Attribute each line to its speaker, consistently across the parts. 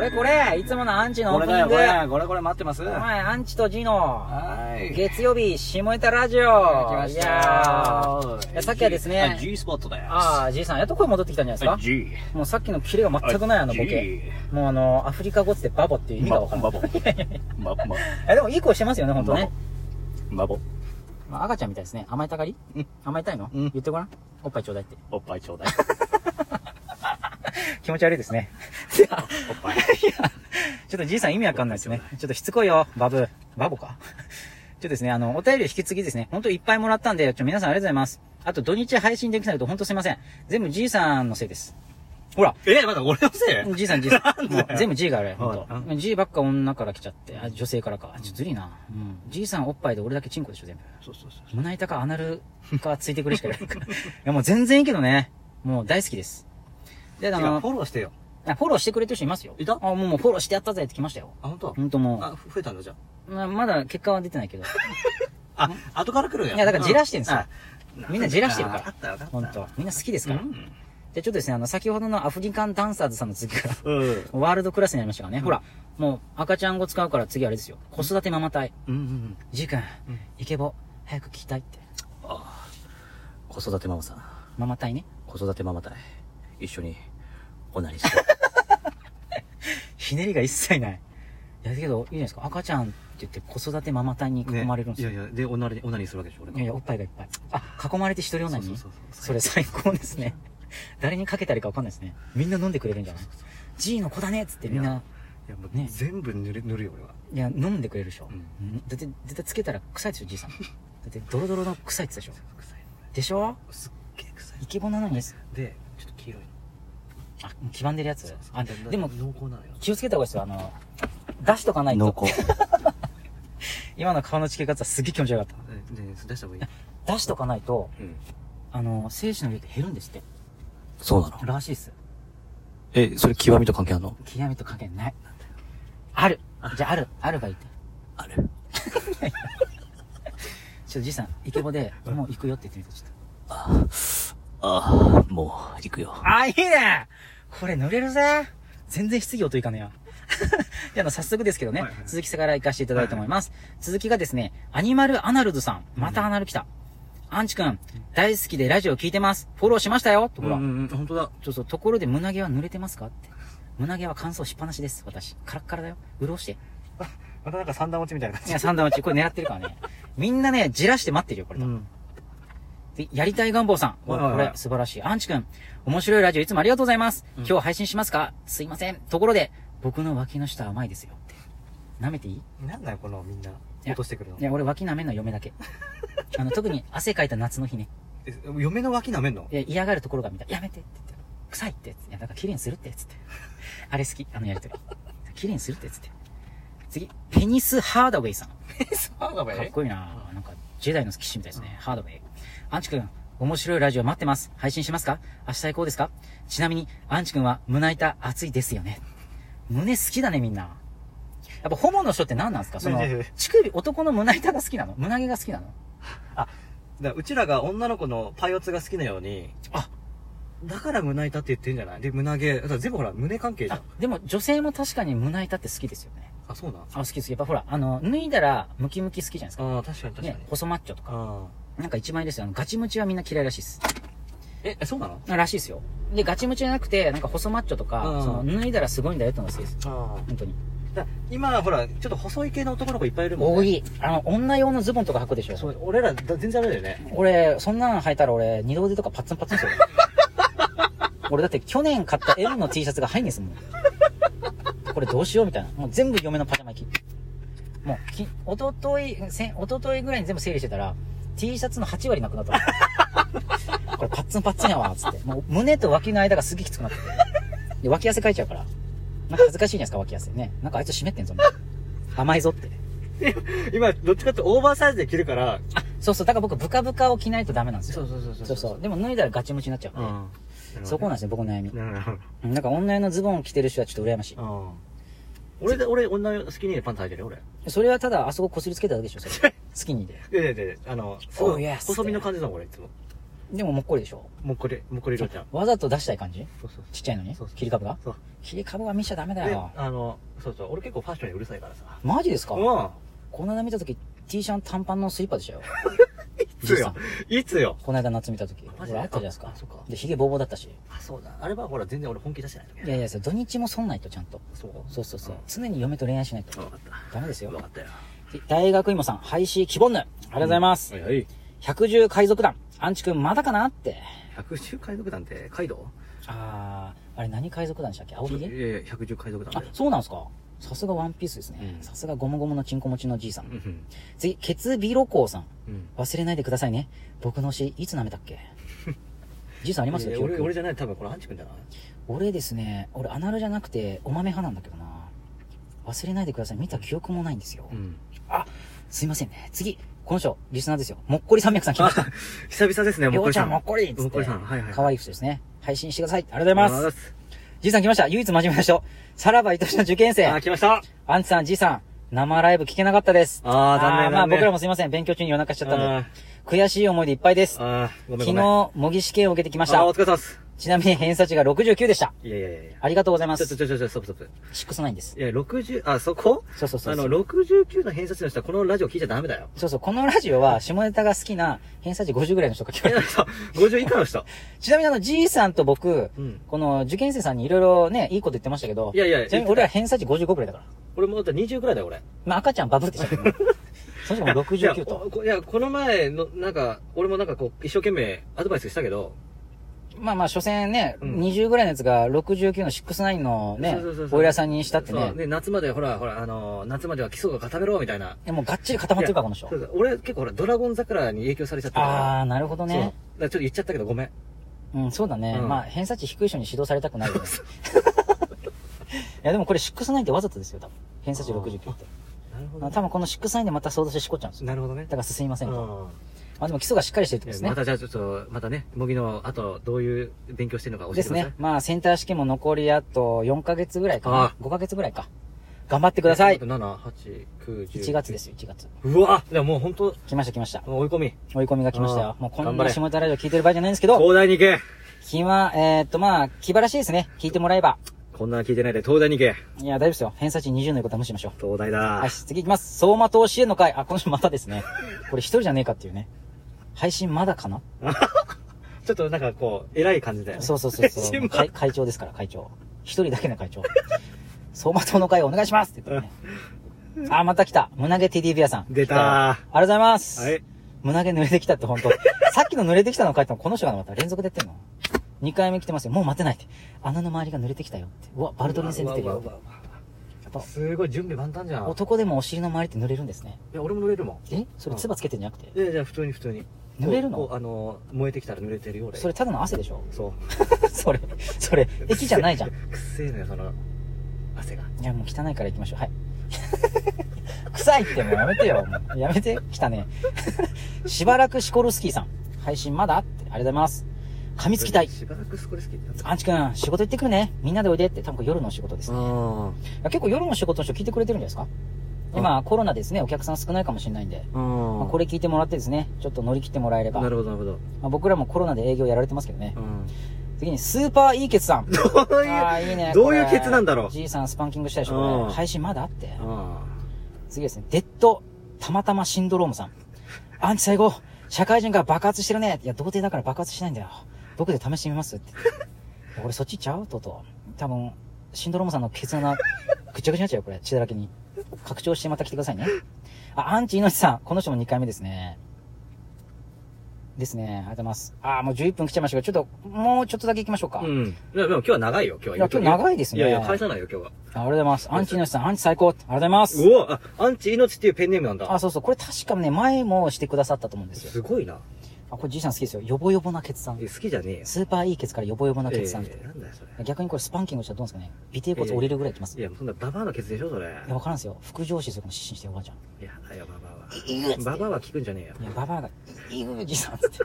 Speaker 1: れこれいつものアンチの
Speaker 2: こ
Speaker 1: オー
Speaker 2: れ
Speaker 1: プ
Speaker 2: だ
Speaker 1: ニング
Speaker 2: よこ
Speaker 1: は
Speaker 2: れこれこれ待ってますはい
Speaker 1: アンチとジの
Speaker 2: い
Speaker 1: 月曜日下ネタラジオい
Speaker 2: 来ました
Speaker 1: やーいやさっきはですね
Speaker 2: G スポットです
Speaker 1: ああじいさんやっと声戻ってきたんじゃないですか
Speaker 2: G
Speaker 1: もうさっきのキレが全くないあのボケ。もうあの、アフリカ語っつってバボっていう意味がわかんな
Speaker 2: バ
Speaker 1: い。
Speaker 2: ボバボ
Speaker 1: え、でもいい声してますよね、ほんとね。
Speaker 2: バボ
Speaker 1: まあ、赤ちゃんみたいですね。甘えたがり
Speaker 2: うん
Speaker 1: 甘えたいの
Speaker 2: うん
Speaker 1: 言ってごらん。おっぱいちょうだいって。
Speaker 2: おっぱ いちょうだい
Speaker 1: 気持ち悪い ですね。
Speaker 2: おっぱい
Speaker 1: ちょっとじいさん意味わかんないですね。ちょっとしつこいよ、バブ。バボか。 ちょっとですね、あの、お便り引き継ぎですね。ほんといっぱいもらったんで、ちょっと皆さんありがとうございます。あと土日配信できないとほんとすいません。全部じいさんのせいです。ほら、
Speaker 2: えまだ俺のせい
Speaker 1: じいさん、じいさ。
Speaker 2: なんんだ
Speaker 1: も
Speaker 2: よ
Speaker 1: う全部 G があれ、ほ
Speaker 2: は
Speaker 1: ん
Speaker 2: い
Speaker 1: と。G ばっか女から来ちゃって、あ、女性からか。ちょ、ずりいな。うん。じいさんおっぱいで俺だけチンコでしょ、全部。
Speaker 2: そうそうそう
Speaker 1: 胸板かアナルかついてくるしかないから。いや、もう全然いいけどね。もう大好きです。で、あ
Speaker 2: 違うフ
Speaker 1: の、
Speaker 2: ォローしてよ
Speaker 1: あフォローしてくれてる人いますよ。
Speaker 2: いた
Speaker 1: あ、もうもうフォローしてやったぜって来ましたよ。
Speaker 2: あ本当
Speaker 1: ほんとも
Speaker 2: あふ増えたんだじゃ
Speaker 1: う。ままだ結果は出てないけど。
Speaker 2: ああ後から来るやん
Speaker 1: いや、だからじらしてるんですよ
Speaker 2: あ。
Speaker 1: みんなじらしてるから
Speaker 2: あったよかった
Speaker 1: ほんと。みんな好きですから。
Speaker 2: う
Speaker 1: じゃ
Speaker 2: ん
Speaker 1: あちょっとですね、あの、先ほどのアフリカンダンサーズさんの次から。
Speaker 2: うん
Speaker 1: ワールドクラスになりましたからね。ほら、もう赤ちゃん語使うから次あれですよ。子育てママ隊。
Speaker 2: うんうん
Speaker 1: じい君、イケボ、早く聞きたいって。
Speaker 2: 子育てママさん
Speaker 1: ママ隊ね。
Speaker 2: 子育てママ隊一緒におなりして
Speaker 1: ひねりが一切ない。いや、だけど、いいじゃないですか。赤ちゃんって言って子育てママ隊に囲まれるんですよ。
Speaker 2: いやいやでおなりおなりするわけでしょ俺
Speaker 1: いやいや、おっぱいがいっぱい。あ、囲まれて一人女に
Speaker 2: そうそうそうそう
Speaker 1: それ最高ですね。誰にかけたりかわかんないですね。みんな飲んでくれるんじゃない ?G の子だねっつってみんな、
Speaker 2: いやもう
Speaker 1: ね
Speaker 2: 全部塗る塗るよ俺はい
Speaker 1: や、飲んでくれるでしょ。
Speaker 2: うん
Speaker 1: うんだって、絶対つけたら臭いでしょ、じい さん。だって、ドロドロの臭いって言ってたでし
Speaker 2: 臭い
Speaker 1: ょ。でしょ
Speaker 2: のすっげえ臭い
Speaker 1: イケボなのに、
Speaker 2: でちょっと黄色いの
Speaker 1: あ、黄ばんでるやつ。あ、でも、
Speaker 2: 濃厚なのよ
Speaker 1: 気をつけた方がいいですよ。あの、出しとかないと。今の顔の付け方すっげえ気持ちよかっ
Speaker 2: でで出した方がいい
Speaker 1: た。出しとかないと、
Speaker 2: うん
Speaker 1: あの、精子の量って減るんですって。
Speaker 2: そうなの
Speaker 1: らしいっす。
Speaker 2: えそれ極みと関係あるの
Speaker 1: 極めと関係ない。ある。じゃあ、ある。あるがいいって。
Speaker 2: ある
Speaker 1: ちょっとじいさん、イケボで、もう行くよって言ってみて、ちょっ
Speaker 2: ああもう行くよ
Speaker 1: と。あ、いいねこれ濡れるぜ全然質疑応といかねえよ。 じゃああの、早速ですけどね、
Speaker 2: はいはい
Speaker 1: 続きさから行かせていただきたいと思います。続きがですね、アニマルアナルドさん。またアナル来た。アンチくん、大好きでラジオ聞いてます。フォローしましたよ。ほ
Speaker 2: ほ
Speaker 1: ら、
Speaker 2: らうん本当だ
Speaker 1: そうそう、ところで胸毛は濡れてますかって。胸毛は乾燥しっぱなしです、私。カラッカラだよ。潤して。
Speaker 2: またなんか三段落ちみたいない
Speaker 1: や、三段落ち、これ狙ってるからね。みんなね、じらして待ってるよ、これ。
Speaker 2: うん
Speaker 1: でやりたい願望さん。お
Speaker 2: はいはい
Speaker 1: こ
Speaker 2: はい
Speaker 1: れ、素晴らしい。アンチ君、面白いラジオいつもありがとうございます。今日配信しますかすいません。ところで、僕の脇の下甘いですよって。舐めていい
Speaker 2: なんだよこのみんな
Speaker 1: や
Speaker 2: 落としてくるの
Speaker 1: いや、俺脇舐めんの嫁 だけ。あの、特に汗かいた夏の日ね。
Speaker 2: え嫁の脇舐めんの
Speaker 1: いや、嫌がるところが見たい。やめてって言って。臭いって。いや、だから綺麗にするって。つって。あれ好き。あのやりとり。綺麗にするって。つって。次、ペニス・ハードウェイさん。か
Speaker 2: あが
Speaker 1: っこいいななんか、ジェダイの騎士みたいですね。ハードウェイ。アンチ君、面白いラジオ待ってます。配信しますか明日以降ですかちなみに、アンチ君は胸板熱いですよね。胸好きだね、みんな。やっぱホモの人って何なんですかその
Speaker 2: ねえねえねえ、
Speaker 1: 乳首、男の胸板が好きなの胸毛が好きなの
Speaker 2: あ、だからうちらが女の子のパイオツが好きなように、
Speaker 1: あ、
Speaker 2: だから胸板って言ってんじゃないで、胸毛、だから全部ほら、胸関係じゃん
Speaker 1: あ。、でも女性も確かに胸板って好きですよね。
Speaker 2: あ、そうなん
Speaker 1: あ、好き好き。やっぱほら、あの、脱いだらムキムキ好きじゃないですか。
Speaker 2: ああ、確かに確か
Speaker 1: ね
Speaker 2: に。、
Speaker 1: 細マッチョとか。
Speaker 2: あ
Speaker 1: なんか一番いいですよ。あの、ガチムチはみんな嫌いらしいです。
Speaker 2: ーえ、えそうなの
Speaker 1: らしいですよ。で、ガチムチじゃなくて、なんか細マッチョとか、
Speaker 2: うん
Speaker 1: その、脱いだらすごいんだよってのが好きです。
Speaker 2: ああ。
Speaker 1: 本当に。
Speaker 2: だから今、ほら、ちょっと細い系の男の子いっぱいいるもん、
Speaker 1: 多
Speaker 2: ね。
Speaker 1: い。あの、女用のズボンとか履くでし
Speaker 2: そ
Speaker 1: ょ。
Speaker 2: う、俺ら、だ全然ダメだよね。
Speaker 1: 俺、そんなの履いたら俺、二度腕とかパツンパツンする。俺だって去年買った M の T シャツが入んですもん。これどうしようみたいな。もう全部嫁のパジャマ着。もう、き、おととい、せ、おとといぐらいに全部整理してたら、T シャツの8割なくなったのこれパッツンパッツンやわ、つって。もう胸と脇の間がすげえきつくなってて。で、脇汗かいちゃうから。なんか恥ずかしいじゃないですか、脇汗ね。なんかあいつ湿ってんぞ、みたいな甘いぞって。
Speaker 2: 今、どっちかってオーバーサイズで着るから。
Speaker 1: あ、そうそう。だから僕、ブカブカを着ないとダメなんですよ。
Speaker 2: そうそうそうそう。
Speaker 1: そうそう。でも脱いだらガチムチになっちゃう。
Speaker 2: ん。
Speaker 1: そこなんですね、僕の悩み。
Speaker 2: なるほど。
Speaker 1: うんなんか女用のズボンを着てる人はちょっと羨ましい。
Speaker 2: うん。俺で、俺、女好きにでパンツ履いてるよ、俺。
Speaker 1: それはただあそこ擦りつけただけでしょ、それ。好きにで。
Speaker 2: で、で、で、あの、
Speaker 1: Oh, yes.
Speaker 2: 細身の感じだもん、俺、いつも。
Speaker 1: でももっこりでしょ
Speaker 2: もうこれ、もうこれりょうちゃん。
Speaker 1: わざと出したい感じ
Speaker 2: そうそう
Speaker 1: ちっちゃいのに
Speaker 2: そうそう
Speaker 1: 切り株が
Speaker 2: そう。
Speaker 1: 切り株は見ちゃダメだ
Speaker 2: で、
Speaker 1: よ。
Speaker 2: あの、そうそう、俺結構ファッションにうるさいからさ。
Speaker 1: マジですか
Speaker 2: う
Speaker 1: この間見たとき、T シャン短パンのスリッパでしたよ。
Speaker 2: ん。い
Speaker 1: じい
Speaker 2: つ
Speaker 1: さ
Speaker 2: よ
Speaker 1: ん。
Speaker 2: いつよ。
Speaker 1: この間夏見たとき。
Speaker 2: マ
Speaker 1: ほ
Speaker 2: ジで
Speaker 1: ら、あったじゃないですか
Speaker 2: あ、。そうか。
Speaker 1: で、ヒゲボーボーだったし。
Speaker 2: あ、そうだ。あれはほら、全然俺本気出してない時
Speaker 1: いやいや、そう土日もそんないと、ちゃんと。
Speaker 2: そう。
Speaker 1: そうそうそう
Speaker 2: うん。
Speaker 1: 常に嫁と恋愛しないと。
Speaker 2: わかった。
Speaker 1: ダメですよ
Speaker 2: わ。かったよ。
Speaker 1: で大学芋さん、廃止希望ぬ。ありがとうございます。
Speaker 2: はいはい。
Speaker 1: 110海賊団、アンチ君まだかなって。
Speaker 2: 110海賊団って、カイドウ
Speaker 1: あー、あれ何海賊団でしたっけ青ひげ
Speaker 2: ええ、110海賊団
Speaker 1: あ
Speaker 2: だよ、。
Speaker 1: そうなんですかさすがワンピースですね
Speaker 2: う。ん
Speaker 1: さすがゴムゴムのチンコ持ちのじいさん。
Speaker 2: うん
Speaker 1: 次、ケツビロコウさん。
Speaker 2: うん。うん。
Speaker 1: 忘れないでくださいね。僕の推し、いつ舐めたっ けじいさんあります
Speaker 2: え
Speaker 1: よ、
Speaker 2: ー俺、
Speaker 1: 記憶
Speaker 2: 俺じゃない、多分これアンチ君じゃない
Speaker 1: 俺ですね、俺アナルじゃなくて、お豆派なんだけどな。忘れないでください。見た記憶もないんですよ。
Speaker 2: ん。
Speaker 1: すいませんね。次、この人、リスナーですよ。もっこり300さん来ました。
Speaker 2: 久々ですね、
Speaker 1: りょ
Speaker 2: もっこ
Speaker 1: う
Speaker 2: り
Speaker 1: ちゃ
Speaker 2: さん。
Speaker 1: んもっこりっつ
Speaker 2: も
Speaker 1: っ
Speaker 2: っこ
Speaker 1: て。
Speaker 2: りさん。はいはい。
Speaker 1: 可愛い人ですね。配信してください。ありがとうございます。
Speaker 2: す。
Speaker 1: じいさん来ました。唯一真面目な人。さらば愛しの受験
Speaker 2: あー、
Speaker 1: 生。
Speaker 2: 来ました
Speaker 1: アンチさん、じいさん、生ライブ聞けなかったです。
Speaker 2: あー残念
Speaker 1: ーまあ
Speaker 2: 残念
Speaker 1: 僕らもすいません。勉強中に夜中しちゃったんで。
Speaker 2: あ
Speaker 1: 悔しい思いでいっぱいです
Speaker 2: ー。あー、ごめん
Speaker 1: 昨
Speaker 2: ごめん。
Speaker 1: 日、模擬試験を受けてきまし
Speaker 2: あー
Speaker 1: た
Speaker 2: お。疲れ様です。
Speaker 1: ちなみに偏差値が69でした。
Speaker 2: いやいやいやいや。
Speaker 1: ありがとうございま
Speaker 2: ちょっ
Speaker 1: す。
Speaker 2: とちょっとちょっとストップストップ。
Speaker 1: 69です。
Speaker 2: いや、60、あ、そこ
Speaker 1: そうそうそう
Speaker 2: あ
Speaker 1: そ
Speaker 2: の、
Speaker 1: う。
Speaker 2: 69の偏差値の人はこのラジオ聞いちゃダメだよ。
Speaker 1: そうそう、このラジオは下ネタが好きな偏差値50ぐらいの人が聞か
Speaker 2: え、
Speaker 1: れ
Speaker 2: な
Speaker 1: る。
Speaker 2: んか、50以下の人。
Speaker 1: ちなみにあの、じいさんと僕、
Speaker 2: うん。
Speaker 1: この受験生さんにいろいろね、いいこと言ってましたけど、
Speaker 2: いやいや
Speaker 1: ちなみに俺ら偏差値55ぐらいだから。
Speaker 2: 俺もだって20くらいだよ、俺。
Speaker 1: まあ赤ちゃんバブってしちゃうけ ど。その人も69と。
Speaker 2: いやおいや、この前の、なんか、俺もなんかこう、一生懸命アドバイスしたけど、
Speaker 1: まあまあ、所詮ね、
Speaker 2: うん
Speaker 1: 20ぐらいのやつが69の69のね
Speaker 2: そうそうそう、そう
Speaker 1: おイラさんにしたって
Speaker 2: そう
Speaker 1: ね、
Speaker 2: ね、夏までほら、ほら、あのー、夏までは基礎が固めろ、みたいな。
Speaker 1: えもうがっちり固まってるから、この人
Speaker 2: そ。うそう俺結構ほら、ドラゴン桜に影響されちゃったから。
Speaker 1: あー、なるほど
Speaker 2: そう。だ
Speaker 1: ね
Speaker 2: か。らちょっと言っちゃったけど、ごめん。
Speaker 1: うん、そうだね。
Speaker 2: うん
Speaker 1: まあ、偏差値低い人に指導されたくないよね。 いや、でもこれ69ってわざとですよ、多分。偏差値69って。
Speaker 2: なるほ
Speaker 1: あの多分この69でまた相当してしこっちゃうんですよ。
Speaker 2: なるほどね
Speaker 1: だ。からすいません
Speaker 2: う
Speaker 1: と。
Speaker 2: ん
Speaker 1: まあでも基礎がしっかりしてるってことですね
Speaker 2: ま。たじゃあちょっと、またね、模擬の後、どういう勉強してるのか教え
Speaker 1: で
Speaker 2: て
Speaker 1: す
Speaker 2: ください。
Speaker 1: ね。まあ、センター試験も残りあと4ヶ月ぐらいか
Speaker 2: あ
Speaker 1: な
Speaker 2: あ。
Speaker 1: 5ヶ月ぐらいか。頑張ってください。
Speaker 2: 7、8、9、10。
Speaker 1: 1月ですよ、1月。
Speaker 2: うわでももう本当
Speaker 1: 来ました来ました。
Speaker 2: 追い込み。
Speaker 1: 追い込みが来ましたよ
Speaker 2: あ。あ
Speaker 1: もうこん
Speaker 2: 頑張
Speaker 1: な
Speaker 2: れ
Speaker 1: 下ネタラジオ聞いてる場合じゃないんですけど、
Speaker 2: 東大に行け
Speaker 1: 暇、えーっとまあ、気晴らしいですね。聞いてもらえば。
Speaker 2: こんなの聞いてないで東大に行け
Speaker 1: いや、大丈夫ですよ。偏差値20の言うことは無視しましょう。
Speaker 2: 東大だ
Speaker 1: はい、次いきます。相馬投支援の会。あ、この人またですね。これ一人じゃねえかっていうね。配信まだかな
Speaker 2: ちょっとなんかこう、偉い感じだよね。
Speaker 1: そうそうそう そ
Speaker 2: 新
Speaker 1: う
Speaker 2: 聞
Speaker 1: 会。会長ですから、会長。一人だけの会長。相馬党の会お願いしますって言ってね。あ、また来た。胸毛テディベアさん。
Speaker 2: 出たー
Speaker 1: 来よありがとうございます。
Speaker 2: はい。
Speaker 1: 胸毛濡れてきたって本当 さっきの濡れてきたの書いてもこの人がまた連続でやってんの。2回目来てますよ。もう待てないって。穴の周りが濡れてきたよって。うわ、バルトリン線出てるよ
Speaker 2: う。わうわうわ
Speaker 1: やっぱ
Speaker 2: すごい準備万端じゃん。い
Speaker 1: 男でもお尻の周りって濡れるんですね。
Speaker 2: や、俺も濡れるも
Speaker 1: えそれ唾つけてんじゃなくて
Speaker 2: ん。いやいや、普通に普通に。
Speaker 1: 濡れるの
Speaker 2: こうこうあのー、燃えてきたら濡れてるよ、俺。
Speaker 1: それただの汗でしょ
Speaker 2: そう。
Speaker 1: それ、それ、液じゃないじゃん。い。
Speaker 2: くっせえのよ、その、汗が。
Speaker 1: や、もう汚いから行きましょう。はい。 臭いってもうやめてよ。もうやめて、汚ねえ。 しばらくシコルスキーさん。配信まだって。ありがとうございます。噛みつきたい。
Speaker 2: しばらくスコレスキーってやつ
Speaker 1: アンチくん、仕事行ってくるね。みんなでおいでって。多分これ夜の仕事ですね。
Speaker 2: あ
Speaker 1: いや結構夜の仕事の人聞いてくれてるんじゃないですか今、コロナですね、お客さん少ないかもしれないんで。
Speaker 2: あ。
Speaker 1: まあ、
Speaker 2: あ
Speaker 1: これ聞いてもらってですね、ちょっと乗り切ってもらえれば。
Speaker 2: なるほど、なるほど。
Speaker 1: まあ、僕らもコロナで営業やられてますけどね。
Speaker 2: うん。
Speaker 1: 次に、スーパーいいケツさん。
Speaker 2: ど ういう、
Speaker 1: あーいいね。
Speaker 2: どういうケツなんだろう
Speaker 1: じいさんスパンキングしたでしょ、こ
Speaker 2: うん
Speaker 1: れ。配信まだあって。
Speaker 2: あ
Speaker 1: 次ですね、デッド、たまたまシンドロームさん。アンチ最後、社会人が爆発してるね。いや、童貞だから爆発しないんだよ。僕で試してみますって。いや俺そっち行っちゃうとうとう。多分、シンドロームさんのケツ穴、ぐちゃぐちゃになっちゃうよ、これ。血だらけに。拡張してまた来てくださいね。あ、アンチ猪さん。この人も2回目ですね。ですね。ありがとうございます。あー、もう11分来ちゃいましたけど、ちょっと、もうちょっとだけ行きましょうか。
Speaker 2: あ。
Speaker 1: あ
Speaker 2: う
Speaker 1: り
Speaker 2: ん。いやでも今日は長いよ、今日は。
Speaker 1: いや今日長いですね
Speaker 2: いやいや、返さないよ、今日は。
Speaker 1: がとうございます。アンチ猪さん、アンチ最高。ありがとうございます。
Speaker 2: うわ、あ、アンチ命っていうペンネームなんだ。
Speaker 1: あ、そうそう。これ確かね、前もしてくださったと思うんですよ。
Speaker 2: すごいな。
Speaker 1: あ、これじいさん好きですよ。ヨボヨボなケツさん
Speaker 2: え。好きじゃねえよ。
Speaker 1: スーパーいいケツからヨボヨボなケツさんって。
Speaker 2: えーなんだよ、それ。
Speaker 1: 逆にこれスパンキングしたらどうですかね尾てい骨折れるぐらいいきます。い
Speaker 2: いや、そんなババアのケツでしょ、それ。いや、
Speaker 1: や、わからんすよ。副上司するかも失神しておばあちゃん。
Speaker 2: いや、ババアは。
Speaker 1: い
Speaker 2: ババアは聞くんじゃねえよ
Speaker 1: や、ババアが、いぐじいさんっつって。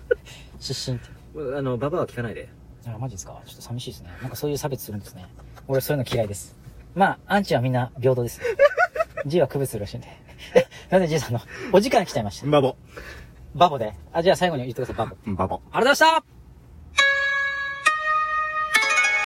Speaker 1: 失神って。。
Speaker 2: うあの、ババアは聞かないで。
Speaker 1: あ、マジですかちょっと寂しいですね。なんかそういう差別するんですね。俺そういうの嫌いです。まあ、アンチはみんな平等です。G は区別するらしいんで。なんで G さんの、お時間来ちゃいました。
Speaker 2: バボ。
Speaker 1: バボで。あ、じゃあ最後に言ってください、バボ。
Speaker 2: うんバボ。
Speaker 1: ありがとうございました